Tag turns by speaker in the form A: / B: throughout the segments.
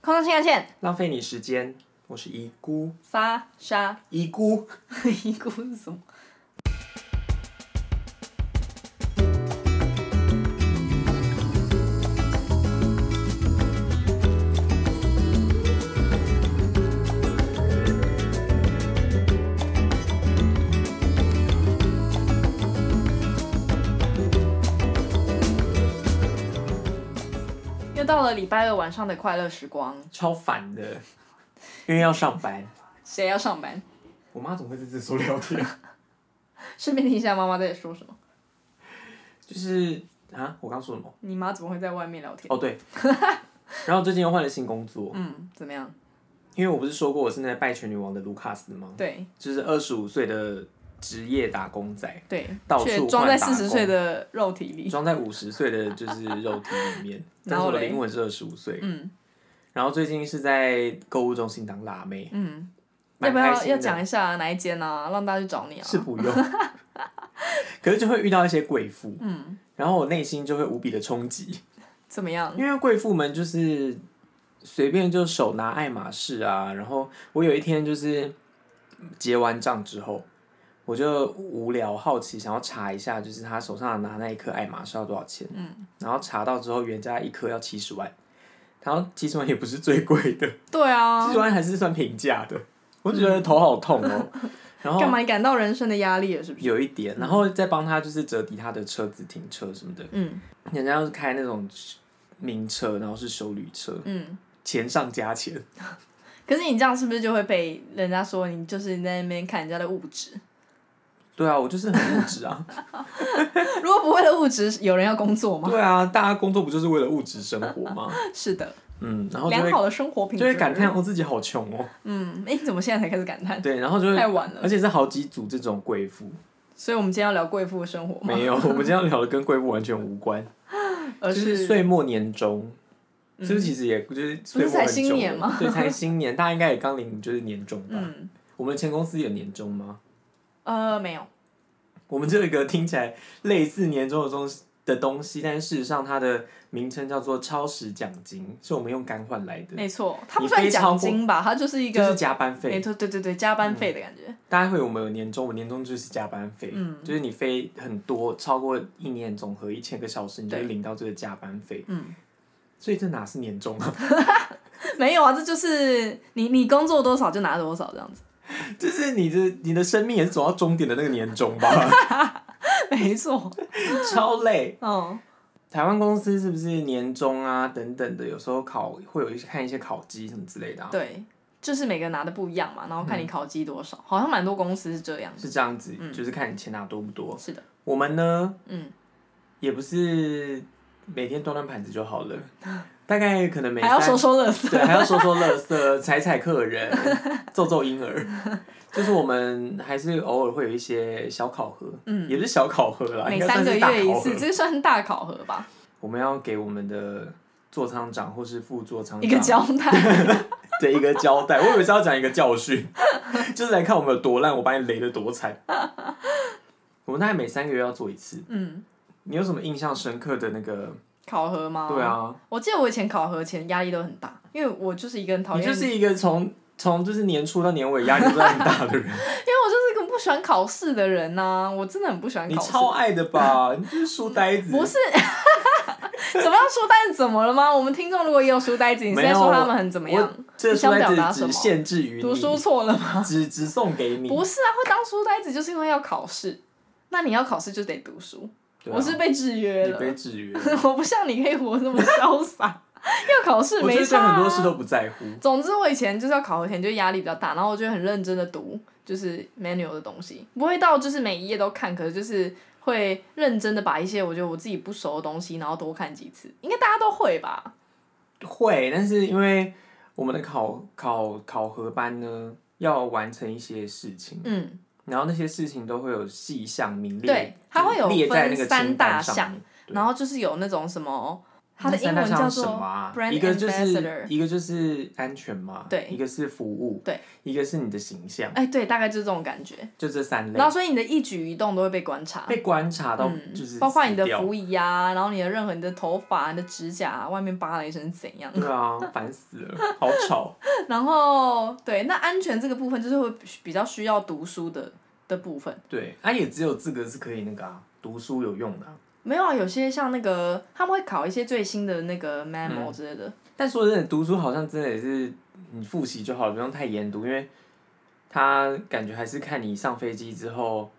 A: 空中新干线
B: 浪费你时间，我是遗姑，
A: 发沙
B: 遗姑，
A: 一股是什么？又到了礼拜二晚上的快乐时光，
B: 超烦的，因为要上班。
A: 谁要上班？
B: 我妈总会在这说聊天，
A: 顺便听一下妈妈在说什么。
B: 就是啊，我刚说什么？
A: 你妈怎么会在外面聊天？
B: 哦 对，然后最近又换了新工作，
A: 嗯，怎么样？
B: 因为我不是说过我是那个拜权女王的卢卡斯吗？
A: 对
B: 就是二十五岁的职业打工仔，
A: 对
B: 到，处
A: 却装在
B: 换
A: 四
B: 打工
A: 十岁的肉体里。
B: 装在五十岁的就是肉体里 面，
A: 然
B: 但是
A: 后
B: 我的
A: 嘞
B: 灵魂是二十五岁。
A: 嗯
B: 然后最近是在购物中心当辣妹，
A: 嗯，要
B: 蛮
A: 不
B: 开
A: 要
B: 心
A: 要
B: 的
A: 讲一下哪一间呢、让大家去找你啊？
B: 是不用， 可是就会遇到一些贵妇，
A: 嗯，
B: 然后我内心就会无比的冲击，
A: 怎么样？
B: 因为贵妇们就是随便就手拿爱马仕啊，然后我有一天就是结完账之后，我就无聊好奇想要查一下，就是她手上拿那一颗爱马仕要多少钱，
A: 嗯，
B: 然后查到之后原价一颗要七十万，然后七十万也不是最贵的，
A: 对啊
B: 七，十万还是算平价的，我就觉得头好痛 哦，然后
A: 干嘛你感到人生的压力了？是不是？
B: 有一点，然后再帮他就是折抵他的车子停车什么的。
A: 嗯
B: 人家要是开那种名车，然后是修旅车，
A: 嗯。
B: 钱上加钱。
A: 可是你这样是不是就会被人家说你就是在那边看人家的物质？
B: 对啊，我就是很物质啊。
A: 如果不为了物质，有人要工作吗？
B: 对啊，大家工作不就是为了物质生活吗？
A: 是的，
B: 嗯，然后就
A: 良
B: 会
A: 好的生活品
B: 就
A: 质。
B: 会感叹哦自己好穷 哦。
A: 嗯，哎、你怎么现在才开始感叹？
B: 对，然后就会
A: 太晚了
B: 而且是好几组这种贵妇。
A: 所以我们今天要聊贵妇的生活吗？
B: 没有，我们今天要聊的跟贵妇完全无关，
A: 而嗯
B: 就是岁末年终。是不是其实也就是
A: 不
B: 岁
A: 是
B: 末
A: 才
B: 很
A: 新
B: 久
A: 年
B: 了
A: 吗？
B: 对，才新年，大家应该也刚领就是年终吧。
A: 嗯
B: 我们的前公司有年终吗？
A: 呃没有，
B: 我们这有一个听起来类似年终的东西的东西，但事实上它的名称叫做超时奖金，是我们用干换来的，
A: 没错，它不
B: 你
A: 算
B: 非超
A: 奖
B: 过
A: 金吧，它就是一
B: 就
A: 个
B: 是加班
A: 没
B: 费。
A: 错，对对对，嗯加班费的感觉。
B: 大家会有没有年终？我年终就是加班费，就是你飞很多，超过一年总和一千个小时，你就会
A: 对
B: 领到这个加班费。
A: 嗯，
B: 所以这哪是年终啊？
A: 没有啊，这就是你你工作多少就拿多少这样子。
B: 就是你的你的生命也是走到终点的那个年 终吧，
A: 没错，
B: 超累。
A: 嗯，
B: 台湾公司是不是年终啊等等的，有时候考会有一些看一些考绩什么之类的、啊，嗯
A: 对，就是每个拿的不一样嘛，然后看你考绩多少，好像蛮多公司是这样。
B: 是这样
A: 嗯
B: 子，就是看你钱拿多不多。
A: 是的，
B: 我们呢，
A: 嗯，
B: 也不是每天端端盘子就好 了，大概可能每
A: 还要
B: 三
A: 收收乐色。
B: 对，还要说说乐色，踩踩客人，揍揍婴儿，就是我们还是偶尔会有一些小考核，嗯，也不是小考核啦，
A: 每
B: 应该
A: 三
B: 算
A: 个
B: 是大
A: 月一
B: 考
A: 次，
B: 核。
A: 这算大考核吧？
B: 我们要给我们的座舱长或是副座舱
A: 一个
B: 长
A: 交代。
B: 的一个交代，我以为是要讲一个教训，就是来看我们有多烂，我把你雷的多惨。我们大概每三个月要做一次。
A: 嗯，
B: 你有什么印象深刻的那个？
A: 考核吗？
B: 对。啊，
A: 我记得我以前考核前压力都很大，因为我就是一个很讨
B: 你
A: 厌，
B: 就是一个从从就是年初到年尾压力都很 大的人，
A: 因为我就是一个不喜欢考试的人呐、我真的很不喜欢
B: 你
A: 考试。
B: 超爱的吧？你就是书呆子。
A: 不是， 怎么样书呆子怎么了吗？我们听众如果也有书呆子，你是
B: 没
A: 在
B: 有
A: 说他们很怎么
B: 我
A: 样？
B: 这个
A: 你
B: 书
A: 想表
B: 呆
A: 达
B: 子
A: 什
B: 只
A: 么
B: 限制于
A: 读书
B: 你，
A: 错了吗？
B: 只只送给你。
A: 不是啊，会当书呆子就是因为要考试。那你要考试就得读书，
B: 对啊
A: 我是被制约
B: 你
A: 了。
B: 被制约，
A: 我不像你可以活这么潇洒， 要考试
B: 我
A: 没
B: 觉得
A: 差、
B: 对
A: 啊。
B: 很多事都不在乎。
A: 总之，我以前就是要考核前就压力比较大，然后我就很认真的读，就是 manual 的东西，不会到就是每一页都看，可是就是会认真的把一些我觉得我自己不熟的东西，然后多看几次，应该大家都会吧？
B: 会，但是因为我们的考考考核班呢，要完成一些事情，
A: 嗯，
B: 然后那些事情都会有细项名列，
A: 对它会有
B: 列在
A: 分
B: 那个
A: 三
B: 清
A: 大
B: 单上面。对
A: 然后就是有那种什么它的
B: 那三
A: 英
B: 大
A: 文
B: 项
A: 叫
B: 是
A: 做
B: 什么啊
A: brand
B: 一个就是
A: ambassador
B: 一个就是安全嘛，
A: 对
B: 一个是服务，
A: 对，
B: 一个是你的形象，
A: 哎，对，大概就是这种感觉。
B: 就这三类
A: 然后，所以你的一举一动都会被观察，
B: 被观察到
A: 嗯
B: 就是
A: 包括你
B: 死
A: 的
B: 掉
A: 服仪啊，然后你的任何你的头发、你的指甲、啊外面扒了一身怎样。
B: 对啊，烦死了，好吵。
A: 然后对，那安全这个部分就是会比较需要读书的的部分。
B: 对，啊，也只有这个是可以那个啊，读书有用的啊、
A: 没有啊，有些像那个他们会考一些最新的那个 memo
B: 嗯
A: 之类的，
B: 但说真的，读书好像真的也是你复习就好了，不用太研读，因为他感觉还是看你上飞机之后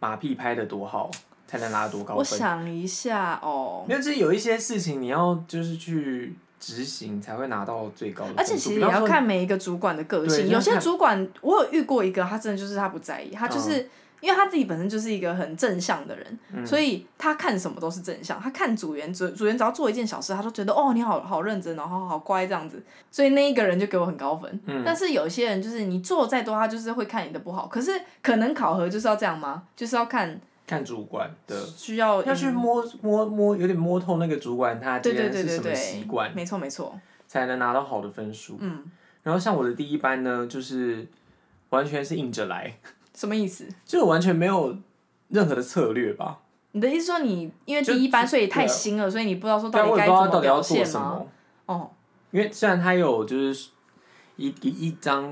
B: 马屁拍的多好，才能拿多高
A: 我
B: 分。
A: 想一下哦，
B: 没有，就是有一些事情你要就是去执行才会拿到最高的分数。
A: 而且其实
B: 比
A: 也
B: 方
A: 要
B: 说
A: 看每一个主管的个
B: 对
A: 性，
B: 要
A: 有些
B: 看嗯
A: 主管我有遇过一个，他真的就是他不在意，他就是、因为他自己本身就是一个很正向的人，
B: 嗯
A: 所以他看什么都是正向，他看组员组组员只要做一件小事，他都觉得哦你好好认真哦，然后好乖这样子，所以那一个人就给我很高分。
B: 嗯
A: 但是有些人就是你做再多，他就是会看你的不好，可是可能考核就是要这样吗？就是要看
B: 看主管的，
A: 需要
B: 要去摸摸摸，有点摸透那个主管他今
A: 对对
B: 天
A: 对对
B: 是什么
A: 对，
B: 习惯，
A: 没错没错，
B: 才能拿到好的分数。
A: 嗯，
B: 然后像我的第一班呢，就是完全是硬着来，
A: 什么意思？
B: 就完全没有任何的策略吧。
A: 你的意思说你因为
B: 就
A: 第一班，
B: 自
A: 所以太
B: 对啊
A: 新了，所以你不知道说
B: 但
A: 到
B: 啊我
A: 底
B: 也
A: 该
B: 不
A: 怎
B: 知道到
A: 么
B: 底要
A: 表
B: 做
A: 现
B: 什
A: 吗？
B: 么，
A: 哦，
B: 因为虽然它有就是一一一张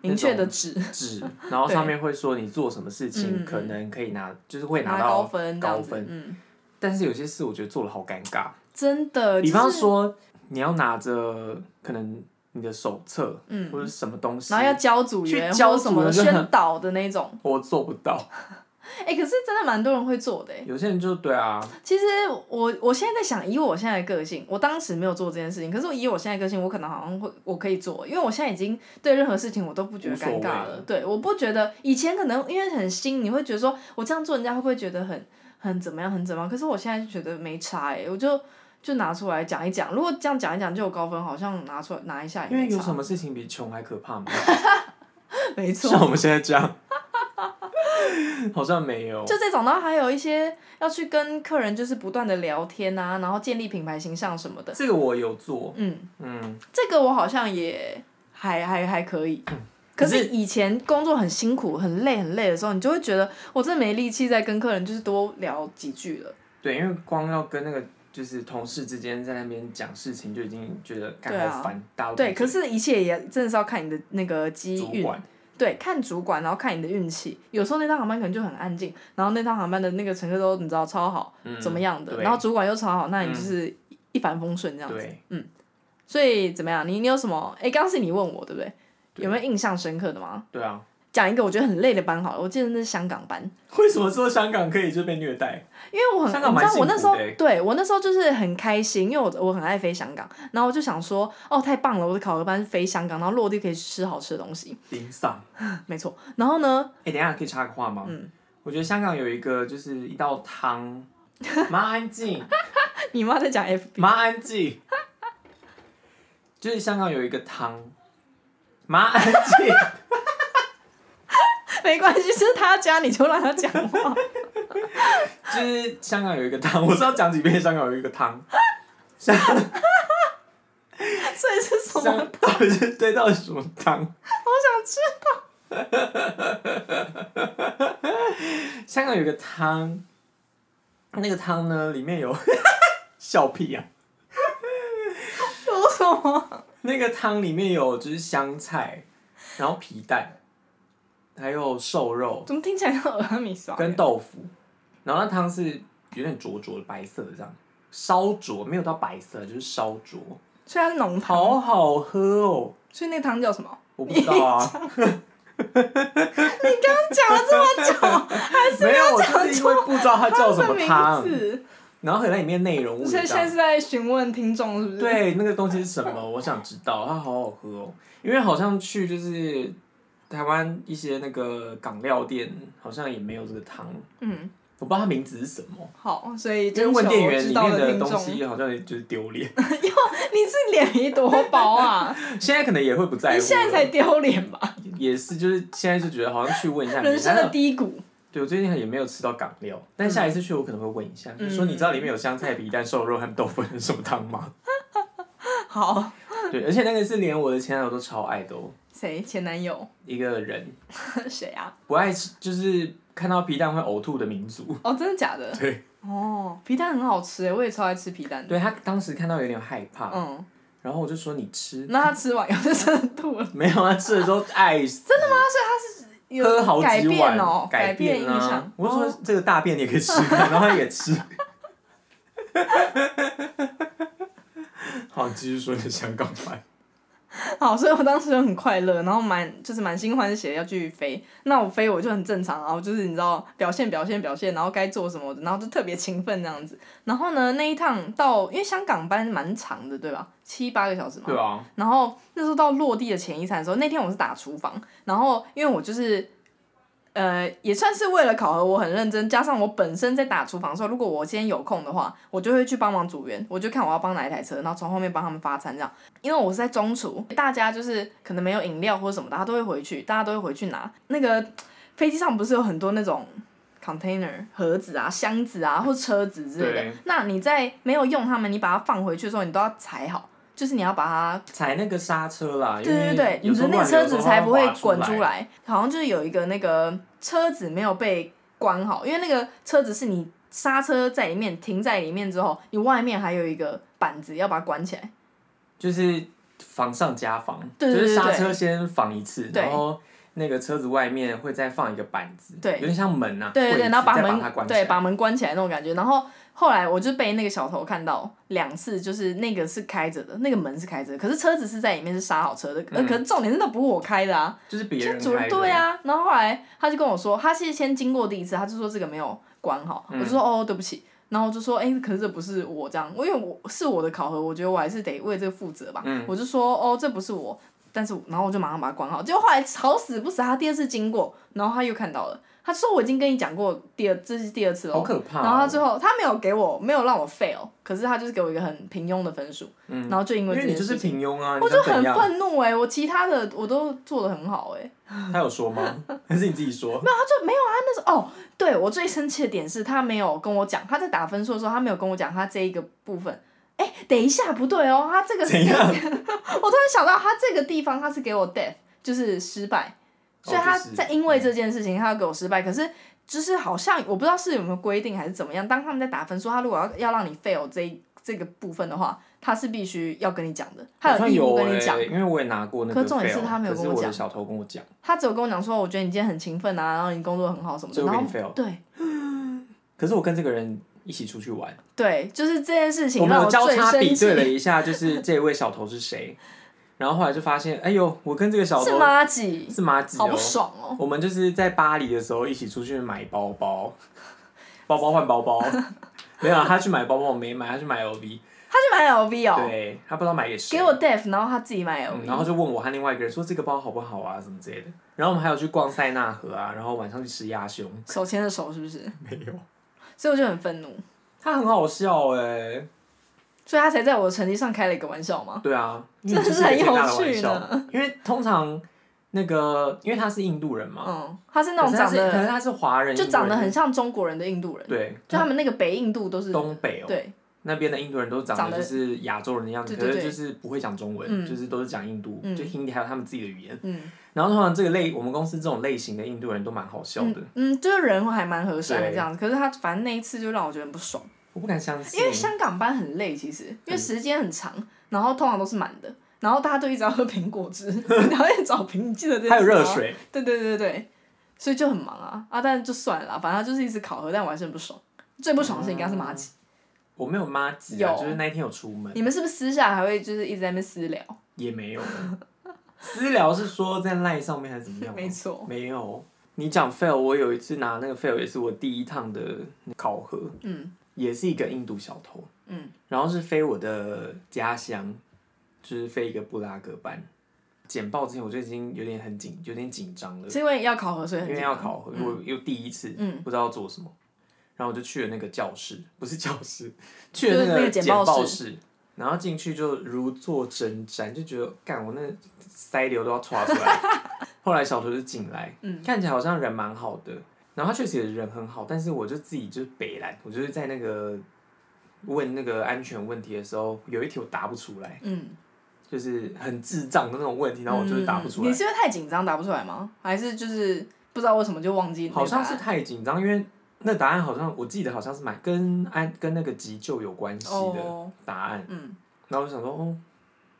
A: 明确的
B: 那种
A: 指
B: 纸，然后上面会说你做什么事
A: 嗯
B: 情
A: 嗯
B: 可能可以拿，就是会
A: 拿
B: 到
A: 高分这
B: 高
A: 样子，
B: 分。
A: 嗯，
B: 但是有些事我觉得做的好尴尬，
A: 真的，
B: 比方
A: 呃就是，
B: 说你要拿着可能你的手册
A: 嗯，
B: 或者什么东西
A: 然，后要教组员
B: 去教
A: 或者什么的
B: 组员
A: 宣导的那种，
B: 我做不到。
A: 哎、可是真的蛮多人会做的、欸。
B: 有些人就对啊，
A: 其实我我现在在想，以我现在的个性，我当时没有做这件事情，可是以我现在的个性，我可能好像会我可以做，因为我现在已经对任何事情我都不觉得尴
B: 无所谓
A: 尬
B: 了
A: 了。对，我不觉得以前可能因为很新，你会觉得说我这样做，人家会不会觉得很很怎么样，很怎么样？可是我现在就觉得没差哎、我就就拿出来讲一讲。如果这样讲一讲就有高分，好像拿出来拿一下也
B: 因为
A: 没
B: 有
A: 差。
B: 什么事情比穷还可怕吗？
A: 没 错，
B: 像我们现在这样，好像没有。
A: 就这种，然后还有一些要去跟客人就是不断的聊天啊，然后建立品牌形象什么的。
B: 这个我有做，
A: 嗯，
B: 嗯，
A: 这个我好像也还还还可以。可
B: 可
A: 是
B: 是
A: 以前工作很辛苦、很累、很累的时候，你就会觉得我真的没力气再跟客人就是多聊几句了。
B: 对，因为光要跟那个就是同事之间在那边讲事情，就已经觉得
A: 对
B: 干
A: 啊
B: 好烦，大家都
A: 对，
B: 不
A: 可是一切也真的是要看你的那个机
B: 主
A: 运，
B: 管
A: 对，看主管，然后看你的运气。有时候那趟航班可能就很安静，然后那趟航班的那个乘客都你知道超好，
B: 嗯
A: 怎么样的，
B: 对嗯
A: 然后主管又超好，那你就是一一帆风顺这样子。
B: 对，
A: 所以怎么样？你你有什么？哎，刚刚是你问我对不对？
B: 对
A: 有没有印象深刻的吗？
B: 对啊。
A: 讲一个我觉得很累的班好了，我记得那是香港班。
B: 为什么说香港可以就被虐待？
A: 因为我很，
B: 香港
A: 你知
B: 蛮
A: 道
B: 幸
A: 我
B: 福
A: 那时候
B: 的欸
A: 对我那时候就是很开心，因为我我很爱飞香港，然后我就想说，哦，太棒了，我的考核班是飞香港，然后落地可以吃好吃的东 西，
B: 顶上。
A: 没错。然后呢，
B: 哎、等一下可以插个话吗？
A: 嗯
B: 我觉得香港有一个就是一道汤， 妈安静，
A: 你妈在讲 F，
B: 妈安静，就是香港有一个汤，妈 安静。
A: 没关系，是他家你就让他讲话。
B: 就是香港有一个汤，我是要讲几遍香港有一个汤，香
A: 所以是什么？
B: 香到底是对到底是什么汤？
A: 好想吃。
B: 香港有一个汤，那个汤呢里面有 笑屁啊，
A: 有什么？
B: 那个汤里面有就是香菜，然后皮蛋，还有瘦肉
A: 怎么听起来像俄米烧？
B: 跟豆腐，然后那汤是有点灼灼的白色的这样，烧灼没有到白色，就是烧灼，
A: 所以它是浓汤，
B: 好好喝哦。
A: 所以那汤叫什么？
B: 我不知道啊，
A: 你刚刚讲了这么 久，
B: 没有，我就是因为不知道它叫什
A: 它的
B: 么汤
A: 名，字？
B: 然后很在里面内容物
A: 所以
B: 也
A: 现在是在询问听众是不是？，
B: 对那个东西是什么，我想知道，它好好喝哦。因为好像去就是台湾一些那个港料店，好像也没有这个汤，
A: 嗯，
B: 我不知道它名字是什么。
A: 好，所以
B: 因为
A: 征
B: 问
A: 求
B: 店员
A: 知
B: 里
A: 道
B: 面的
A: 听
B: 东
A: 众。
B: 西好像也就是丢 脸，
A: 你是脸皮多薄啊？
B: 现在可能也会不 在乎了。啊
A: 你现在才丢脸吧？
B: 也是，就是现在就觉得好像去问一下，
A: 人生的
B: 你
A: 低谷。
B: 还对我最近也没有吃到港料，但下一次去我可能会问一下，
A: 嗯
B: 说你知道里面有香菜皮蛋瘦肉和豆腐是什么汤吗？
A: 好，
B: 对，而且那个是连我的前男友都超爱的、哦，
A: 谁前男友？
B: 一个人
A: 谁啊？
B: 不爱吃就是看到皮蛋会呕吐的民族。
A: 哦，真的假的？
B: 嗯 对，
A: 哦，皮蛋很好吃哎，我也超爱吃皮蛋的。
B: 对他当时看到有点害怕，
A: 嗯，
B: 然后我就说你吃，
A: 那他吃完以后就真的吐了，
B: 没有啊，吃了之后爱死，真的
A: 有
B: 喝好
A: 改
B: 几碗
A: 变哦，，改
B: 变
A: 印
B: 啊
A: 象。！
B: 我就
A: 哦
B: 说这个大便你也可以吃，然后他也吃。好，继续说你的香港牌。
A: 好，所以我当时就很快乐，然后满就是满心欢喜的要去飞。那我飞我就很正常，然后就是你知道表现表现表现，然后该做什么的，然后就特别勤奋这样子。然后呢，那一趟到因为香港班蛮长的，对吧？七八个小时嘛。
B: 对啊，
A: 然后那时候到落地的前一餐的时候，那天我是打厨房，然后因为我就是。呃，也算是为了考核，我很认真，加上我本身在打厨房的时候，如果我今天有空的话，我就会去帮忙组员，我就看我要帮哪一台车，然后从后面帮他们发餐这样。因为我是在中厨，大家就是可能没有饮料或者什么，大家都会回去，大家都会回去拿。那个飞机上不是有很多那种 container 盒子啊、箱子啊或车子之类
B: 对
A: 的，那你在没有用它们，你把它放回去的时候，你都要踩好，就是你要把它
B: 踩那个刹车啦，因
A: 对对
B: 为
A: 对，你
B: 有时
A: 的
B: 候
A: 那个
B: 乱流
A: 车
B: 的时
A: 子
B: 候
A: 才
B: 它
A: 不会
B: 滑
A: 滚出
B: 出。
A: 来。好像就是有一个那个车子没有被关好，因为那个车子是你刹车在里面停在里面之后，你外面还有一个板子要把它关起来。
B: 就是防上加防，
A: 对对对
B: 就是刹车先防一次，
A: 对
B: 然后那个车子外面会再放一个板子，
A: 对
B: 有点像门呐、啊，
A: 对对
B: 柜
A: 对，
B: 子
A: 然后把
B: 再把它
A: 门
B: 关起
A: 对
B: 来。
A: 把门关起来那种感觉。然后后来我就被那个小偷看到两次，就是那个是开着的，那个门是开着的，可是车子是在里面是刹好车的，呃
B: 嗯
A: 可是重点是那不是我开的啊。
B: 就是别
A: 天
B: 人
A: 主
B: 开的，
A: 对啊，然后后来他就跟我说，他是先经过第一次，他就说这个没有管好，
B: 嗯
A: 我就说哦对不起，然后我就说哎、可是这不是我这样，因为我是我的考核，我觉得我还是得为这个负责吧，
B: 嗯
A: 我就说哦这不是我，但是我然后我就马上把它关好，结果后来好死不死他第二次经过，然后他又看到了，他说我已经跟你讲过第二这是第二次了
B: 好，可怕、哦。
A: 然后他最后他没有给我没有让我 fail，可是他就是给我一个很平庸的分数，
B: 嗯
A: 然后就因
B: 因
A: 为这
B: 为你
A: 件
B: 就
A: 事
B: 是
A: 情。
B: 平庸啊，
A: 我
B: 你
A: 就
B: 想怎
A: 很
B: 样？
A: 愤怒哎、我其他的我都做的很好哎、
B: 他有说 吗？还是你自己说？
A: 但是哦，对我最生气的点是他没有跟我讲，他在打分数的时候，他没有跟我讲他这一个部分。哎，等一下，不对哦，他这个
B: 怎样？
A: 我突然想到，他这个地方他是给我 death，就是失败，
B: 哦
A: 所以他
B: 就是
A: 在因为这件事情，他要给我失败。可是就是好像我不知道是有没有规定还是怎么样，当他们在打分数，他如果要要让你 fail 这一这个部分的话，他是必须要跟你讲的，他
B: 好
A: 有义务
B: 像
A: 跟你
B: 欸
A: 讲。
B: 因为我也拿过那
A: 可
B: 个
A: 是
B: fail。
A: 重点是他没有跟我
B: 可是
A: 讲
B: 的小偷跟我讲，
A: 他只有跟我讲说，我觉得你今天很勤奋啊，然后你工作很好什么的，
B: 最后
A: 然后
B: 给你 fail
A: 对
B: 可是我跟这个人一起出去玩，
A: 对，就是这件事
B: 我
A: 情
B: 们
A: 让
B: 有交
A: 最
B: 叉比
A: 生气
B: 对。了一下，就是这位小偷是谁，然后后来就发现，哎呦，我跟这个小
A: 是
B: 偷
A: 妈吉，
B: 是马吉
A: 好不
B: 哦。
A: 爽哦！
B: 我们就是在巴黎的时候一起出去买包包，包包换包包， 没有啊，他去买包包，我没买，他去买 LV，
A: 他去买 LV 哦，
B: 对他不知道买给谁，
A: 给我 Def，然后他自己买
B: 嗯
A: LV，
B: 然后就问我和另外一个人说这个包好不好啊，什么之类的。然后我们还有去逛塞纳河啊，然后晚上去吃鸭胸，
A: 手牵着手是不是？
B: 没有，
A: 所以我就很愤怒，
B: 他很好笑哎、
A: 所以他才在我的成绩上开了一个玩笑嘛。
B: 对啊，
A: 哦真的是
B: 因为就是
A: 很
B: 天大的
A: 有
B: 玩
A: 趣
B: 笑
A: 呢。
B: 因为通常那个，因为他是印度人嘛，
A: 嗯，他 是那种
B: 可是他
A: 长
B: 是可是
A: 得
B: 他是华人，嗯
A: 就
B: 印度
A: 长得
B: 人
A: 很像中国人的印度人，
B: 对，
A: 就他们那个北印度都是
B: 东北哦，
A: 对，
B: 那边的印度人都长
A: 长
B: 得
A: 得
B: 就是亚洲人的样子，
A: 对对对
B: 可是就是不会讲中文，
A: 嗯
B: 就是都是讲印度，
A: 嗯
B: 就 Hindi 还有他们自己的语言。
A: 嗯
B: 然后通常这个类，我们公司这种类型的印度人都蛮好笑的，
A: 嗯嗯，就是人还蛮和善的
B: 对
A: 这样子。可是他反正那一次就让我觉得很不爽，
B: 我不敢相
A: 嗯
B: 信，
A: 因为香港班很累，其实因为
B: 嗯
A: 时间很长，然后通常都是满的，然后大家都一直要喝苹果 汁，然后一直找瓶，你记得这件
B: 还有
A: 事吗
B: 热水，
A: 对对对对，所以就很忙啊啊！但就算了啦，反正他就是一直考核，但我还是很不爽。最不爽的事情应该是马吉，
B: 我没有妈吉啊，
A: 有
B: 就是那一天有出门
A: 你们是不是私下还会就是一直在那边私聊？
B: 也没有。私聊是说在赖上面还是怎么样吗？
A: 没错，
B: 没有。你讲 fail，我有一次拿那个 fail 也是我第一趟的考核，
A: 嗯
B: 也是一个印度小偷，
A: 嗯，
B: 然后是飞我的家乡，就是飞一个布拉格班。简报之前我就已经有点很紧，有点紧张了，
A: 是因为要考核，所以很
B: 因为
A: 紧
B: 要
A: 张
B: 考核，
A: 嗯
B: 我又第一次，
A: 嗯
B: 不知道做什么，然后我就去了那个教室，不是教室，
A: 就
B: 去
A: 是
B: 了
A: 那个
B: 个
A: 简
B: 简
A: 报室
B: 报室，然后进去就如坐针毡，就觉得干我那腮流都要戳出来。后来小偷就进来，
A: 嗯
B: 看起来好像人蛮好的，然后他确实也人很好，但是我就自己就是北来，我就是在那个问那个安全问题的时候，有一题我答不出来，
A: 嗯，
B: 就是很智障的那种问题，然后我就是答不出
A: 嗯
B: 来。
A: 你是因为太紧张答不出来吗？还是就是不知道为什么就忘记那个答
B: 好
A: 案？
B: 像是太紧张，因为那答案好像我记得好像是蛮跟安跟那个急救有关系的
A: 哦，
B: 答案，
A: 嗯，
B: 然后我就想说哦，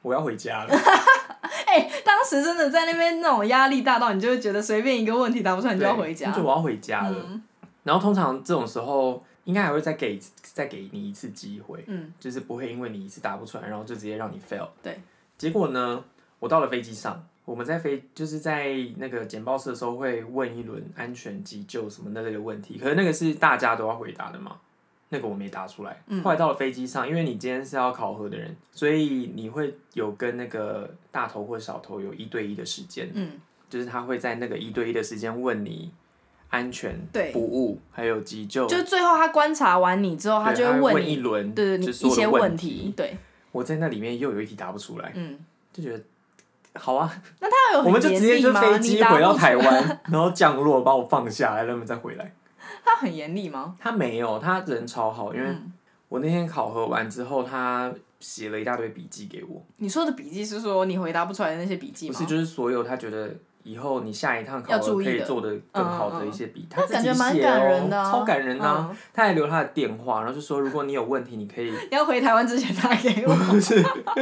B: 我要回 家了。
A: 哎、当时真的在那边那种压力大到，你就会觉得随便一个问题答不出来，你就要回家。
B: 就我要回家了。
A: 嗯
B: 然后通常这种时候，应该还会再给一次再给你一次机会，
A: 嗯，
B: 就是不会因为你一次答不出来，然后就直接让你 fail。
A: 对。
B: 结果呢，我到了飞机上，我们在飞就是在那个简报室的时候会问一轮安全急救什么那类的问题，可是那个是大家都要回答的嘛。那个我没答出来，
A: 嗯
B: 后来到了飞机上，因为你今天是要考核的人，所以你会有跟那个大头或小头有一对一的时间，
A: 嗯，
B: 就是他会在那个一对一的时间问你安全、
A: 对
B: 服务还有急救，
A: 就最后他观察完你之后，
B: 对
A: 他就
B: 会
A: 问
B: 一
A: 你，
B: 轮，
A: 对对，你
B: 就
A: 一
B: 是我的
A: 些
B: 问
A: 题，。对，
B: 我在那里面又有一题答不出来，
A: 嗯，
B: 就觉得好啊，
A: 他有
B: 我
A: 很
B: 们就直
A: 严
B: 接
A: 厉
B: 就
A: 吗？
B: 飞
A: 你
B: 机
A: 答
B: 回到
A: 不
B: 台湾，然后降落把我放下来，让他们再回来。
A: 他很严厉吗？
B: 他没有，他人超好，因为
A: 嗯，
B: 我那天考核完之后，他写了一大堆笔记给我，
A: 你说的笔记是说你回答不出来的那些笔记
B: 不
A: 吗？
B: 是就是所有他觉得。以后你下一趟考
A: 要注
B: 核
A: 意
B: 可以
A: 的嗯
B: 做的更好的一些笔，他
A: 那
B: 自
A: 感
B: 己
A: 觉蛮
B: 写
A: 感
B: 哦
A: 人的啊
B: 超感人啊！
A: 嗯
B: 他还留他的电话，然后就说如果你有问题，你可以
A: 你要回台湾之前打给我。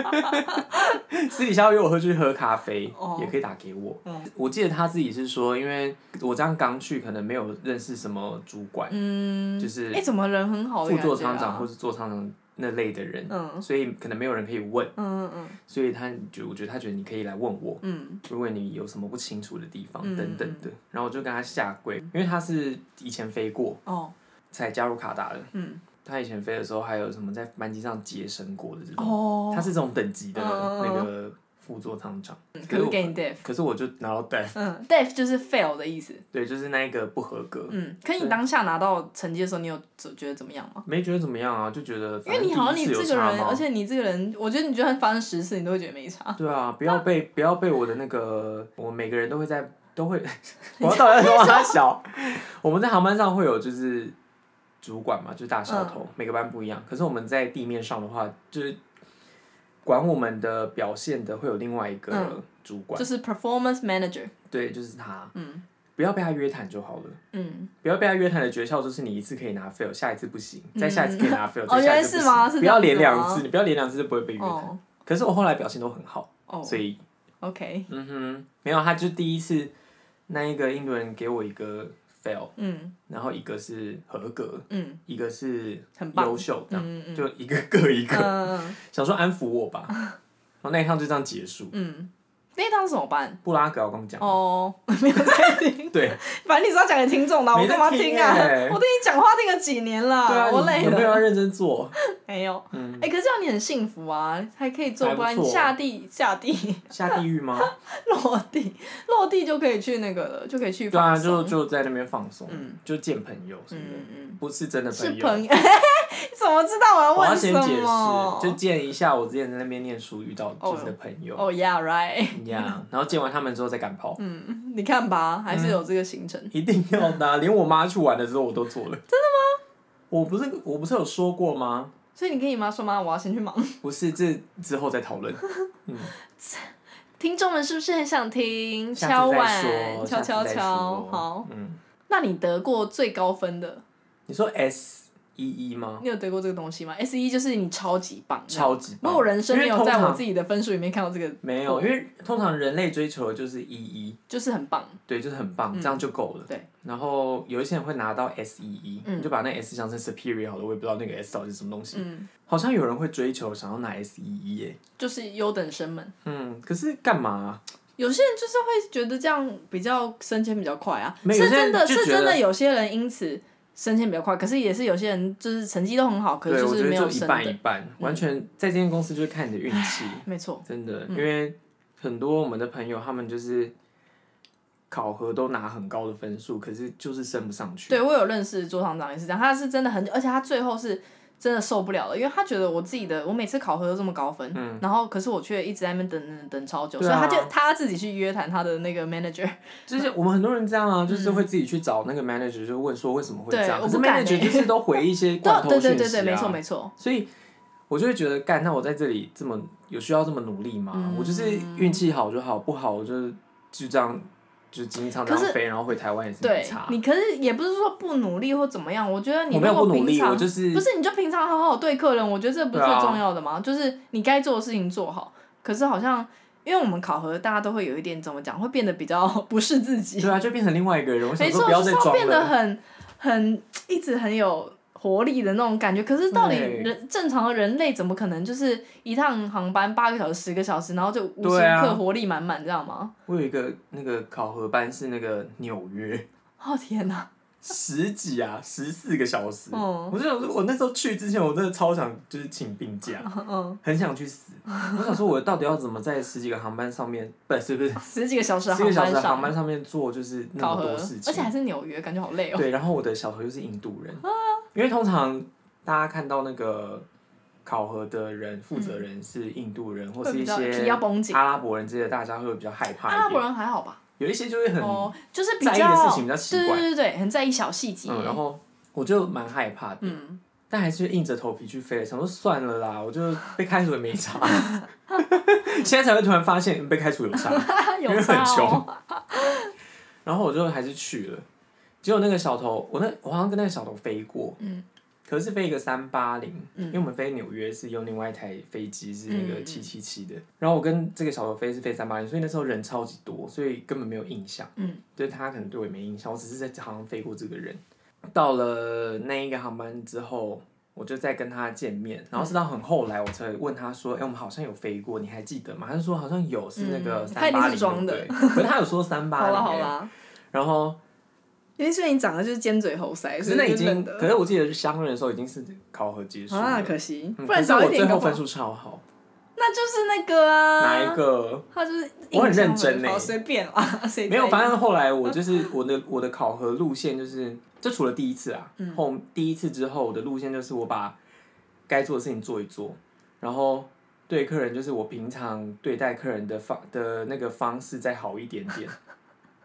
B: 私底下约我喝去喝咖啡，
A: 哦
B: 也可以打给我。
A: 嗯
B: 我记得他自己是说，因为我这样刚去，可能没有认识什么主管，
A: 嗯，
B: 就是
A: 哎、怎么人很好的
B: 副
A: 感觉、啊？
B: 座舱长或是座舱长那类的人，
A: 嗯
B: 所以可能没有人可以问，
A: 嗯嗯
B: 所以他就我觉得他觉得你可以来问我。
A: 嗯
B: 如果你有什么不清楚的地方
A: 嗯
B: 等等的，然后我就跟他下跪，因为他是以前飞过
A: 嗯，哦，
B: 才加入卡达的，
A: 嗯
B: 他以前飞的时候还有什么在班机上接生过的这种，
A: 哦，
B: 他是这种等级的
A: 嗯
B: 那个副座舱长。
A: 嗯
B: 可
A: 可
B: 是
A: 是
B: 我
A: 给你 deaf，
B: 可是我就拿到 d
A: 嗯，deaf 就是 fail 的意思。
B: 对，就是那一个不合格，
A: 嗯，可你
B: 对
A: 当下拿到成绩的时候，你有怎觉得怎么样吗？
B: 没觉得怎么样啊，就觉得
A: 因
B: 反
A: 为
B: 正
A: 你好像
B: 第
A: 你
B: 一次
A: 这
B: 有
A: 个
B: 差
A: 人，
B: 嘛
A: 而且你这个人，我觉得你就算发生十次，你都会觉得没差。
B: 对啊，不要被不要被我的那个，我们每个人都会在 都会，我要到底要说他小， 我们在航班上会有就是主管嘛，就是大小头，
A: 嗯
B: 每个班不一样。可是我们在地面上的话，就是管我们的表现的会有另外一个
A: 嗯
B: 主管，
A: 就是 performance manager，
B: 对，就是他，
A: 嗯
B: 不要被他约谈就好了。
A: 嗯，
B: 不要被他约谈的诀窍就是你一次可以拿 fail，下一次不行，再下一次可以拿 fail，、
A: 嗯
B: 再下一次不行
A: 哦原来是吗是这样子吗
B: 不要连两次，你不要连两次就不会被约谈。
A: 哦
B: 可是我后来表现都很好，
A: 哦
B: 所以
A: ，OK，
B: 嗯哼，没有，他就第一次那一个印度人给我一个 fail，
A: 嗯
B: 然后一个是合格，
A: 嗯
B: 一个是
A: 很棒
B: 优秀，这样、
A: 嗯嗯
B: 就一个各一个，
A: 嗯
B: 想说安抚我吧。然后那一趟就这样结束。
A: 嗯，那一趟是怎么办？
B: 布拉格我刚讲，
A: 哦， 没有在听，
B: 对
A: 反正你是要讲给听众的，我
B: 没在
A: 干嘛
B: 听
A: 啊？
B: 欸
A: 我听你讲话听了几年了，
B: 对啊，
A: 我
B: 你
A: 累
B: 有没有
A: 了
B: 要，认真做？
A: 没有。
B: 嗯，
A: 哎、可是这样你很幸福啊，还可以做
B: 还不
A: 官
B: 错
A: 下地下地
B: 下地狱 吗？
A: 落地落地就可以去那个了，就可以去
B: 对啊，
A: 放
B: 就
A: 松。
B: 就在那边放松，
A: 嗯
B: 就见朋友什么的，
A: 嗯嗯，
B: 不是真的
A: 是
B: 朋友。
A: 朋友， 怎么知道我要
B: 我要
A: 问什
B: 先解
A: 么？
B: 释，就见一下我之前在那边念书遇到就是的朋友
A: 哦、y e a h right，
B: 一样，然后见完他们之后再赶跑，
A: 嗯，你看吧，还是有这个行程。
B: 一定要的啊、连我妈去玩的时候我都做了。真的吗？我不是我不是有说过吗？
A: 所以你跟你妈说妈，我要先去忙。
B: 不是，这之后再讨论。
A: 听众们是不是很想听？
B: 下
A: 敲
B: 次再
A: 碗，
B: 说，
A: 敲
B: 下
A: 敲
B: 次再
A: 敲
B: 说，。
A: 好。，
B: 嗯，
A: 那你得过最高分的，
B: 你说 S 一一吗？
A: 你有得过这个东西吗？S 一就是你超级棒，
B: 哦超级
A: 因为
B: 棒！
A: 我人生没
B: 因
A: 有
B: 为通
A: 在
B: 常
A: 我自己的分数里面看到这个，
B: 没有，因为通常人类追求的就是 E 一一，
A: 就是很棒。
B: 对，就是很棒，这样就够了。
A: 嗯对。
B: 然后有一些人会拿到 S 一一，
A: 嗯
B: 你就把那 S 想成 superior 好了，我也不知道那个 S 到底是什么东西。
A: 嗯，
B: 好像有人会追求想要拿 S 一一耶。
A: 就是优等生们，
B: 嗯，可是干嘛？
A: 有些人就是会觉得这样比较升迁比较快啊，
B: 没有
A: 是真
B: 有
A: 的
B: 些人
A: 是
B: 就觉得
A: 真的，有些人因此升迁比较快，可是也是有些人就是成绩都很好，可是
B: 对，我
A: 是
B: 觉
A: 没
B: 得
A: 有
B: 就一
A: 升
B: 半一
A: 的，嗯
B: 半，完全在这间公司就是看你的运气，
A: 没错，
B: 真的，因为很多我们的朋友他们就是考核都拿很高的分数，可是就是升不上去。
A: 对我有认识桌厂长也是这样，他是真的很久，而且他最后是真的受不了了，因为他觉得我自己的，我每次考核都这么高分，然后可是我却一直在那边等等等超久，
B: 嗯对
A: 所以
B: 啊
A: 他就他自己去约谈他的那个 manager，
B: 就是我们很多人这样啊，就是会自己去找那个 manager，就问说为什么会这样。
A: 嗯对
B: 可是
A: 我不敢
B: manager
A: 欸
B: 就是都回 一些罐头
A: 对
B: 讯息、啊、
A: 对对对，没错没错，
B: 所以我就会觉得，干，那我在这里这么有需要这么努力吗？
A: 嗯
B: 我就是运气好就好，不好我就就这样就经常这
A: 可
B: 样
A: 是
B: 飞，然后回台湾也是没
A: 对
B: 差。
A: 你，可是也不是说不努力或怎么样，我觉得你
B: 我没
A: 如
B: 有
A: 果
B: 不努
A: 平
B: 力，
A: 常
B: 我就是
A: 不是你就平常好好对客人，我觉得这不是
B: 对
A: 最
B: 啊
A: 重要的吗？就是你该做的事情做好。可是好像因为我们考核，大家都会有一点怎么讲，会变得比较不是自己，
B: 对啊，就变成另外一个人。我 想
A: 没
B: 说
A: 错，
B: 不要
A: 就
B: 再
A: 是要
B: 装
A: 变得
B: 了。
A: 很很一直很有。活力的那种感觉，可是到底
B: 对
A: 人正常的人类怎么可能就是一趟航班八个小时、十个小时，然后就无时
B: 对
A: 无
B: 啊
A: 刻活力满满，这样吗？
B: 我有一个那个考核班是那个纽约，
A: 哦天哪！
B: 十几啊，十四个小时。
A: 嗯
B: 我就想说，我那时候去之前，我真的超想就是请病假，
A: 嗯，
B: 很想去死。我想说，我到底要怎么在十几个航班上面，不是不是
A: 十几个小时的
B: 十个
A: 航
B: 小
A: 班
B: 时的航
A: 上，
B: 班上面做就是那
A: 考
B: 么
A: 核
B: 多事，情，
A: 而且还啊是纽约，感觉好累哦。
B: 对，然后我的小头又是印度人，因为通常大家看到那个考核的人负责人是印度人、或
A: 嗯会
B: 是
A: 比
B: 一
A: 较
B: 些
A: 皮要绷紧
B: 阿拉伯人之类的，大家会比较害
A: 阿
B: 怕
A: 拉
B: 一
A: 伯
B: 点。
A: 人还好吧？
B: 有一些就会很、
A: 哦，就是比
B: 在意的
A: 较
B: 事情比较奇
A: 对
B: 怪
A: 对对对，很在意小细节。
B: 嗯，然后我就蛮害怕的，
A: 嗯
B: 但还是硬着头皮去飞了，想说算了啦，我就被开除也 没差。 现在才会突然发现被开除有差，因
A: 有
B: 为
A: 差
B: 很
A: 哦
B: 穷。然后我就还是去了，结果那个小头，我那我好像跟那个小头飞过，
A: 嗯
B: 可是飞一个三八零，
A: 嗯
B: 因为我们飞纽约是用另外一台飞机是那
A: 嗯嗯
B: 个
A: 嗯
B: 七七七的，然后我跟这个小头飞是飞三八零，所以那时候人超级多，所以根本没有印象，
A: 嗯
B: 对他可能对我也没印象，我只是在好像飞过这个人。到了那一个航班之后，我就再跟他见面，然后是到很后来我才问他说：“哎、我们好像有飞过，你还记得吗？”他就说好像有，是那个
A: 嗯他
B: 三
A: 一定
B: 八
A: 是
B: 零
A: 装的
B: 对，可是他有说三八
A: 好
B: 零， 欸
A: 啦好啦，
B: 然后
A: 因为是你长得就是尖嘴猴腮，所
B: 可是
A: 以
B: 那已
A: 就认
B: 经，
A: 得
B: 可是我记得相认的时候已经是考核结束了。
A: 啊，可惜，
B: 嗯
A: 不然
B: 可是
A: 早
B: 我
A: 一点
B: 最
A: 搞
B: 后
A: 不好
B: 分数超好，
A: 那就是那个啊，
B: 哪一？个？
A: 他就是
B: 我很认
A: 印象
B: 真欸
A: 好随便啦， 谁
B: 没有，
A: 在意
B: 反正后 来我就是我的我的考核路线就是，就除了第一次啊，
A: 嗯
B: 后第一次之后我的路线就是我把该做的事情做一做，然后对客人就是我平常对待客人的方的那个方式再好一点 点。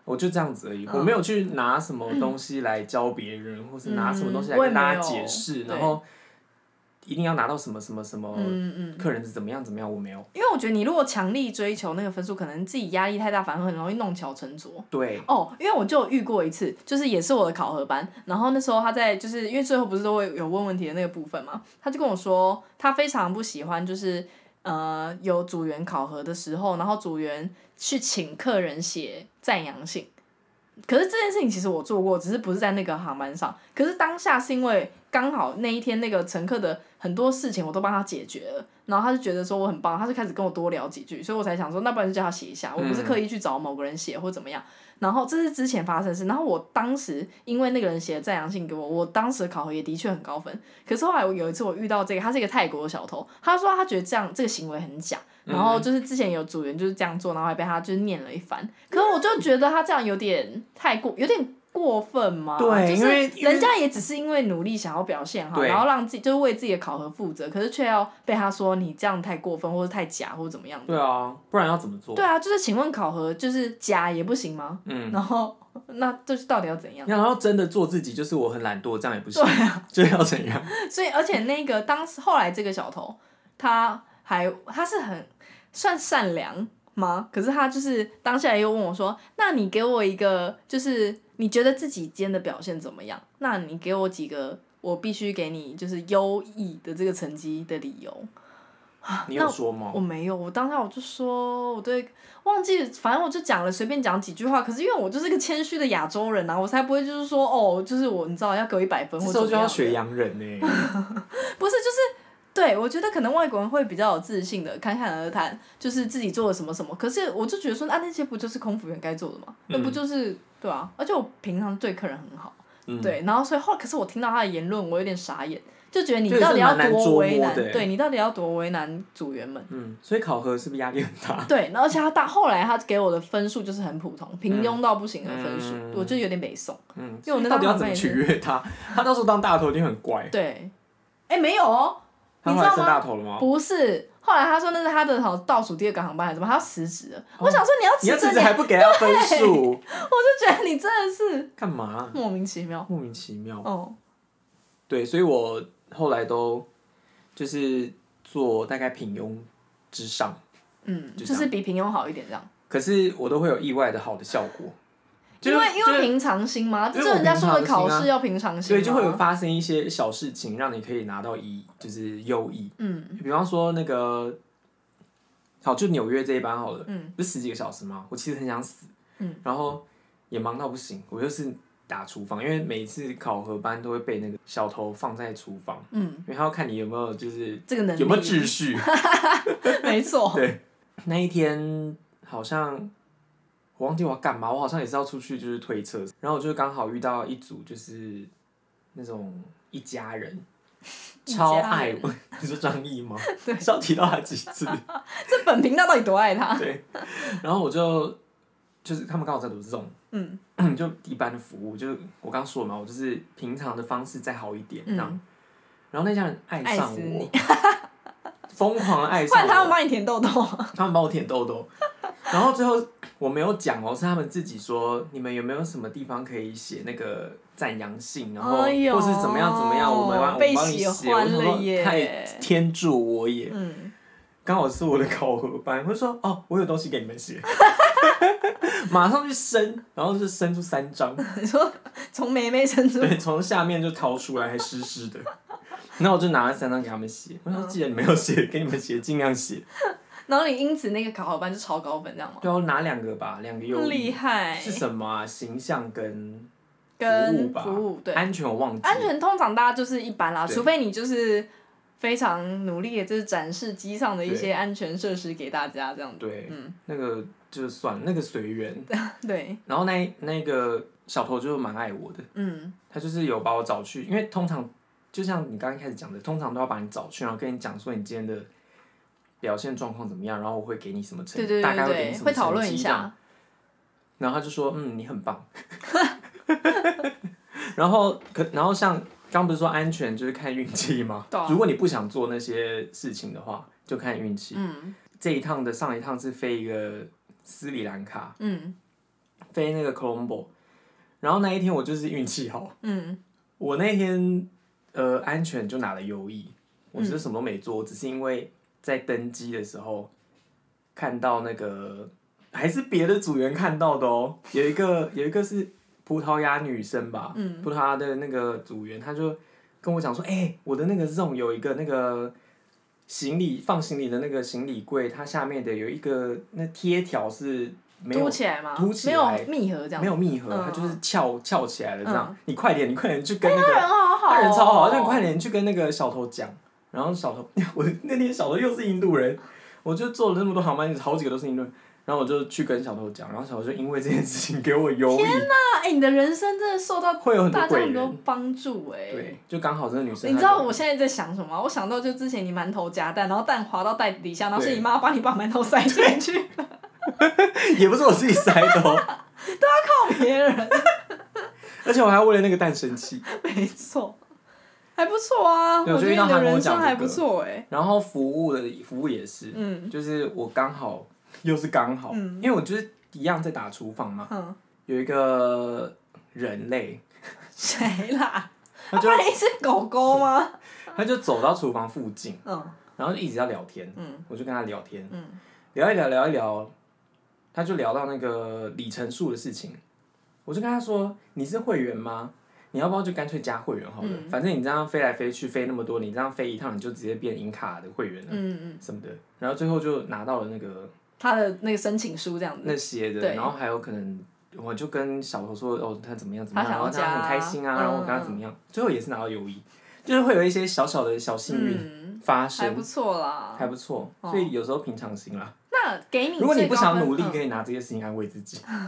B: 我就这样子而
A: 嗯
B: 已，我没有去拿什么东西来教别人，或是拿什么东西来
A: 嗯我也
B: 跟大
A: 没有
B: 家解释，
A: 对
B: 然后一定要拿到什么什么什么
A: 嗯嗯。
B: 客人是怎么样怎么样，我没有。
A: 因为我觉得你如果强力追求那个分数，可能自己压力太大，反而很容易弄巧成拙。
B: 对，
A: 哦，因为我就有遇过一次，就是也是我的考核班，然后那时候他在就是因为最后不是都会有问问题的那个部分嘛，他就跟我说他非常不喜欢就是呃有组员考核的时候，然后组员去请客人写赞扬信。可是这件事情其实我做过，只是不是在那个航班上。可是当下是因为刚好那一天那个乘客的很多事情我都帮他解决了，然后他就觉得说我很棒，他就开始跟我多聊几句，所以我才想说，那不然就叫他写一下。我不是刻意去找某个人写或怎么样。然后这是之前发生的事，然后我当时因为那个人写的赞扬信给我，我当时的考核也的确很高分。可是后来我有一次我遇到这个，他是一个泰国的小偷，他说他觉得这样这个行为很假，
B: 嗯
A: 然后就是之前有组员就是这样做，然后还被他就是念了一番。可是我就觉得他这样有点太过，有点。过分嘛，
B: 对
A: 就
B: 因为
A: 是人家也只是因为努力想要表现好，
B: 对
A: 然后让自己就是为自己的考核负责，可是却要被他说你这样太过分，或者太假，或者怎么样的。
B: 对啊，不然要怎么做？
A: 对啊，就是请问考核就是假也不行吗？嗯，然后那就是到底要怎样？啊
B: 然后真的做自己，就是我很懒惰，这样也不行，就要怎 样？
A: 所以而且那个当时后来这个小偷，他还他是很算善良吗？可是他就是当下又问我说：“那你给我一个，就是你觉得自己今天的表现怎么样？那你给我几个，我必须给你就是优异的这个成绩的理由。”
B: 你有说吗？
A: 我没有，我当下我就说我对忘记，反正我就讲了随便讲几句话。可是因为我就是个谦虚的亚洲人啊，我才不会就是说哦，就是我你知道要给我一百分
B: 这
A: 或
B: 时
A: 者
B: 候就要学洋人 呢、
A: 不是就是。对，我觉得可能外国人会比较有自信的，侃侃而谈，就是自己做了什么什么。可是我就觉得说，啊，那些不就是空服员该做的吗？那不就是、对啊？而且我平常对客人很好，
B: 嗯
A: 对，然后所以后来，可是我听到他的言论，我有点傻眼，就觉得你
B: 这个
A: 到底
B: 是
A: 要
B: 蛮难
A: 多
B: 捉
A: 为
B: 摸
A: 难，
B: 的欸
A: 对你到底要多为难组员们。
B: 嗯，所以考核是不是压力很 大？
A: 对，然后而且他到后来他给我的分数就是很普通，平庸到不行的分数，
B: 嗯
A: 我就有点北宋。
B: 嗯，
A: 因为我那
B: 到
A: 张
B: 底要
A: 好
B: 怎么
A: 像
B: 取
A: 也
B: 悦他？他到时候当大头一定很乖。
A: 对，哎，没有哦，
B: 他
A: 你
B: 后
A: 知
B: 来
A: 道
B: 升大
A: 吗？
B: 头了吗？
A: 不是，后来他说那是他的好像倒数第二个航班还是什么，他要辞职了。我想说你要
B: 哦你要
A: 辞
B: 辞
A: 职，
B: 职还不给他分 数，
A: 我就觉得你真的是
B: 干嘛？
A: 莫名其妙。
B: 莫名其妙。
A: 哦，
B: 对，所以我后来都就是做大概平庸之上，
A: 嗯，
B: 就
A: 就是比平庸好一点这样，
B: 可是我都会有意外的好的效果，就
A: 因
B: 是
A: 为因
B: 就是
A: 为平常心嘛，
B: 因
A: 这
B: 为
A: 是人家说的考
B: 我平常
A: 试
B: 心
A: 要平常心
B: 所
A: 嘛，
B: 以就会有发生一些小事情，让你可以拿到一就是优异。
A: 嗯
B: 比方说那个，好，就纽约这一班好了，
A: 嗯
B: 不是十几个小时吗？我其实很想死，
A: 嗯，
B: 然后也忙到不行，我就是打厨房，因为每一次考核班都会被那个小头放在厨房，
A: 嗯，
B: 因为他要看你有没有就是
A: 这个能力
B: 有没有秩序。
A: 没错，
B: 对，那一天好像我忘记我要干嘛，我好像也是要出去就是推车，然后我就刚好遇到一组就是那种一家 人。
A: 一
B: 超
A: 家
B: 爱
A: 人
B: 我， 你说张译吗？对，少提到他几次。
A: 这本频道到底多爱他？
B: 对，然后我就就是他们刚好在读这种，
A: 嗯
B: 就一般的服务，就是我刚说了嘛，我就是平常的方式再好一点，这样。
A: 嗯，
B: 然后那家人爱
A: 爱
B: 上
A: 死
B: 我
A: 你，
B: 疯狂的爱
A: 不
B: 上
A: 然他们
B: 我，
A: 帮你舔痘痘，
B: 他们帮我舔痘痘。 然后最后我没有讲哦，是他们自己说，你们有没有什么地方可以写那个赞扬信，然后、
A: 哎呦
B: 或是怎么样怎么样，我们帮我
A: 被
B: 帮你
A: 喜
B: 写，我
A: 欢
B: 就
A: 了
B: 说
A: 耶
B: 太天助我也。
A: 嗯，
B: 刚好是我的考核班，我就说哦，我有东西给你们写， 马上去伸，然后就伸出三张，
A: 你说从梅梅伸出，
B: 对，从下面就掏出来，还湿湿的。然后我就拿了三张给他们写，我说
A: 嗯
B: 既然你们有写，给你们写，尽量写。
A: 然后你因此那个考好班就超高分，这样吗？
B: 对啊，我拿两个吧，两个优
A: 厉
B: 异
A: 害，
B: 是什么啊、形象跟服务
A: 跟
B: 吧，
A: 服务对，
B: 安全我忘记。
A: 安全通常大家就是一般啦，
B: 对
A: 除非你就是非常努力的，就是展示机上的一些安全设施给大家这样子。
B: 对，
A: 嗯，
B: 那个就算了，那个随缘。
A: 对，
B: 然后那那个小头就蛮爱我的，
A: 嗯
B: 他就是有把我找去，因为通常就像你刚刚开始讲的，通常都要把你找去，然后跟你讲说你今天的表现状况怎么样，然后我会给你什么成，
A: 对对
B: 大
A: 对
B: 概
A: 对
B: 会给你
A: 对，
B: 什么
A: 会讨论
B: 成
A: 一
B: 绩这样。
A: 下，
B: 然后他就说，嗯，你很棒。 然后可然后像刚不是说安全就是看运气吗？
A: 对啊
B: 如果你不想做那些事情的话，就看运气。
A: 嗯
B: 这一趟的上一趟是飞一个斯里兰卡，
A: 嗯
B: 飞那个 Colombo，然后那一天我就是运气好。
A: 嗯，
B: 我那天呃安全就拿了优异，
A: 嗯
B: 我其实什么都没做，我只是因为在登机的时候看到那个还是别的组员看到的哦，有一个 有一个是葡萄牙女生吧，
A: 嗯
B: 葡萄牙的那个组员，她就跟我讲说，哎、我的那个 zone 有一个那个。行李放行李的那个行李柜，它下面的有一个那贴条是没有
A: 凸起来吗？
B: 凸起
A: 没
B: 来
A: 有密合这样子。
B: 没有密合，
A: 嗯
B: 它就是翘翘起来了这样
A: 嗯。
B: 你快点，你快点去跟那
A: 他
B: 个
A: 人好哦好，
B: 他人超好，就快。
A: 哦
B: 点去跟那个小头讲。然后小头， 我那天小头又是印度人，我就坐了那么多航班，好几个都是印度人。然后我就去跟小头讲，然后小头就因为这件事情给我优异，
A: 那哎，你的人生真的受到
B: 会有很多
A: 大家
B: 贵
A: 很多
B: 人。
A: 帮助哎。
B: 对，就刚好这个女生，
A: 你知道我现在在想什么吗？我想到就之前你馒头夹蛋，然后蛋滑到袋子底下，然后是
B: 对
A: 你妈帮你把馒头塞进去，
B: 也不是我自己塞的哦，
A: 靠别人。
B: 而且我还为了那个蛋生气。
A: 没错，还不错啊，
B: 对
A: 我
B: 我
A: 觉
B: 就
A: 得
B: 遇到
A: 你的
B: 韩国
A: 人
B: 讲
A: 生
B: 这
A: 还不
B: 个
A: 错哎、
B: 然后服务的服务也是，
A: 嗯
B: 就是我刚好又是刚好，
A: 嗯
B: 因为我就是一样在打厨房嘛，
A: 嗯，
B: 有一个人类，
A: 谁啦？
B: 他
A: 不
B: 就
A: 然一只狗狗 吗？
B: 他就走到厨房附近，
A: 嗯
B: 然后就一直要聊天，
A: 嗯
B: 我就跟他聊天，
A: 嗯
B: 聊一聊，聊一聊，他就聊到那个里程数的事情，我就跟他说：“你是会员吗？你要不要就干脆加会员好了？
A: 嗯
B: 反正你这样飞来飞去飞那么多，你这样飞一趟你就直接变银卡的会员了、
A: 嗯嗯，
B: 什么的。”然后最后就拿到了那个
A: 他的那个申请书这样子，
B: 那些的，
A: 对
B: 然后还有可能。我就跟小头说哦，他怎么样怎么样，
A: 他想
B: 然后
A: 要
B: 他很
A: 加
B: 开心啊，然后我跟他
A: 嗯嗯
B: 怎么样，最后也是拿到友谊，就是会有一些小小的小幸运
A: 嗯，
B: 发
A: 还
B: 生，
A: 不错啦
B: 还。不错，
A: 哦
B: 所以有时候平常心啦。
A: 那给你
B: 如果你
A: 最
B: 不
A: 高
B: 想
A: 分
B: 努力，
A: 嗯
B: 可以拿这些事情安慰自己。
A: 这件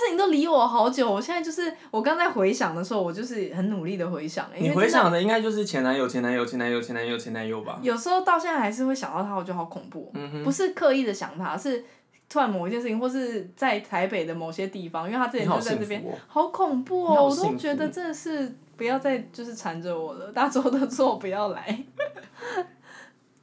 A: 事情都离我好久。我现在就是我刚在回想的时候，我就是很努力的回想、欸，因
B: 你
A: 为
B: 回
A: 真的
B: 想的应该就是前男友、前男友、前男友、前男友、前男友吧？
A: 有时候到现在还是会想到他，我觉得好恐怖哦、
B: 嗯哼，
A: 不是刻意的想他，是突然某一件事情，或是在台北的某些地方，因为他之
B: 你
A: 前
B: 好
A: 就在
B: 幸
A: 这边。
B: 福哦。
A: 好恐怖哦！
B: 你好
A: 我
B: 幸
A: 都
B: 福
A: 觉得真的是不要再就是缠着我了， 大周的错不要来。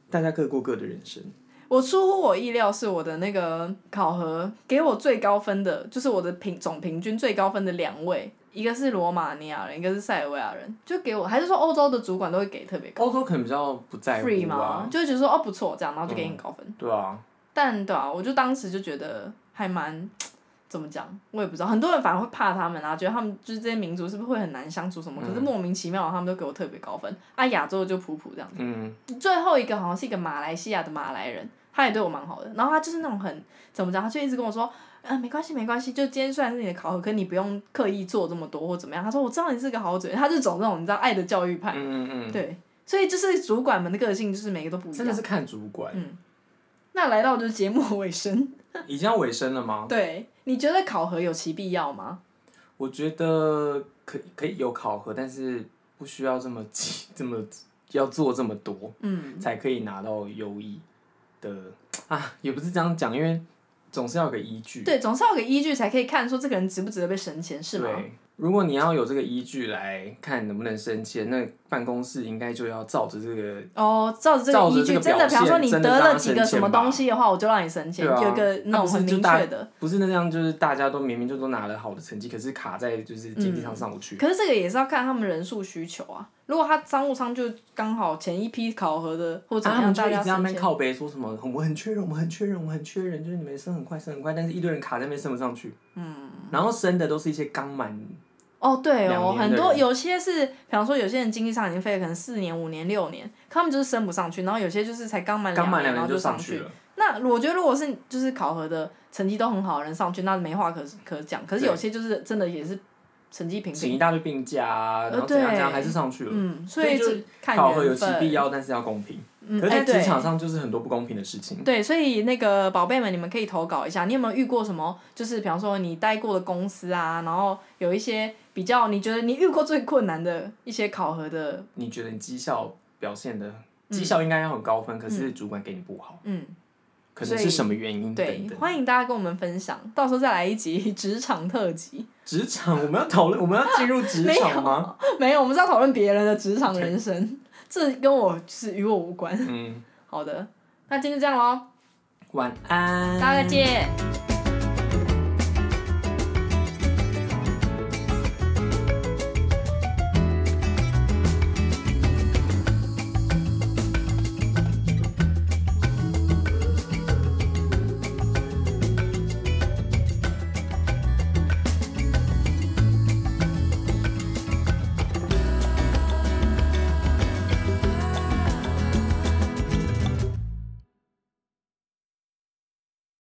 B: 大家各过各的人生。
A: 我出乎我意料是我的那个考核给我最高分的，就是我的平总平均最高分的两位，一个是罗马尼亚人，一个是塞尔维亚人，就给我还是说欧洲的主管都会给特别高
B: 欧洲可能比较不在乎
A: free 嘛
B: 啊，，
A: 就会觉得说哦不错这样，然后就给你高分。
B: 对啊，
A: 但对啊，我就当时就觉得还蛮怎么讲，我也不知道，很多人反而会怕他们啊，觉得他们就是这些民族是不是会很难相处什么？可是
B: 嗯
A: 莫名其妙他们都给我特别高分，啊亚洲就普普这样。
B: 嗯，
A: 最后一个好像是一个马来西亚的马来人，他也对我蛮好的。然后他就是那种很怎么讲，他就一直跟我说，嗯、没关系，没关系，就今天虽然是你的考核，可你不用刻意做这么多或怎么样。他说我知道你是个好主任，他就走那种你知道爱的教育派，
B: 嗯嗯
A: 对，所以就是主管们的个性就是每个都不
B: 嗯，
A: 一
B: 真的
A: 样。
B: 是看主管。
A: 那来到就是节目尾声，
B: 已经要尾声了吗？
A: 对，你觉得考核有其必要吗？
B: 我觉得可以可以有考核，但是不需要这么急 这么要做这么多，
A: 嗯，
B: 才可以拿到优异的啊，也不是这样讲，因为总是要有个依据。
A: 对，总是要有个依据才可以看说这个人值不值得被升迁，是吗？
B: 对，如果你要有这个依据来看能不能升迁，那办公室应该就要照着这个
A: 哦，照着这个
B: 照着
A: 依
B: 这
A: 据，
B: 个
A: 真的，
B: 表
A: 比方说
B: 现
A: 你
B: 真的
A: 得
B: 让
A: 了
B: 他
A: 几个
B: 升
A: 什么
B: 迁吧
A: 东西的话，我就让你升迁，
B: 对啊
A: 有一个那
B: 那
A: 种
B: 不是
A: 很
B: 就
A: 明
B: 大
A: 确的。
B: 不是那样，就是大家都明明就都拿了好的成绩，可是卡在就是经济舱上不去。
A: 可是这个也是要看他们人数需求啊。如果他商务舱就刚好前一批考核的或者怎么
B: 啊他
A: 样，
B: 们就
A: 大
B: 一
A: 家
B: 直在那
A: 升
B: 边
A: 迁，
B: 靠背说什么，我很缺人，我们很缺人，我们很缺人，就是你们升很快，升很快，但是一堆人卡在那边升不上去。嗯。然后升的都是一些刚满，
A: 哦，对
B: 两
A: 哦，
B: 年的
A: 很多
B: 人
A: 有些是，比方说有些人经济上已经废了，可能四年、五年、六年，可他们就是升不上去，然后有些就是才刚满
B: 刚
A: 两
B: 满
A: 年，
B: 两
A: 然后
B: 年就
A: 上
B: 去。了。
A: 那我觉得，如果是就是考核的成绩都很好的人上去，那没话可可讲。可是有些就是真的也是成绩平
B: 请
A: 平，呃
B: 一大堆病假啊，然后怎样怎样，还是上去了。
A: 嗯，所
B: 所
A: 以
B: 以就
A: 这看
B: 考核有
A: 缘
B: 其
A: 分。
B: 必要，但是要公平。
A: 嗯，
B: 可是，
A: 哎，
B: 在职
A: 对
B: 场上就是很多不公平的事情。
A: 对，所以那个宝贝们，你们可以投稿一下，你有没有遇过什么？就是比方说你待过的公司啊，然后有一些比较你觉得你遇过最困难的一些考核的，
B: 你觉得你绩效表现的绩效应该要很高分，可是主管给你不好，
A: 嗯，
B: 可能
A: 所以
B: 是什么原因
A: 对
B: 等，等。
A: 欢迎大家跟我们分享，到时候再来一集职场特辑。
B: 职场，我们要讨论，我们要进入职场吗？
A: 没有，我们是要讨论别人的职场人生，这跟我就是与我无关。
B: 嗯，
A: 好的，那今天就这样喽，
B: 晚安，
A: 大家再见。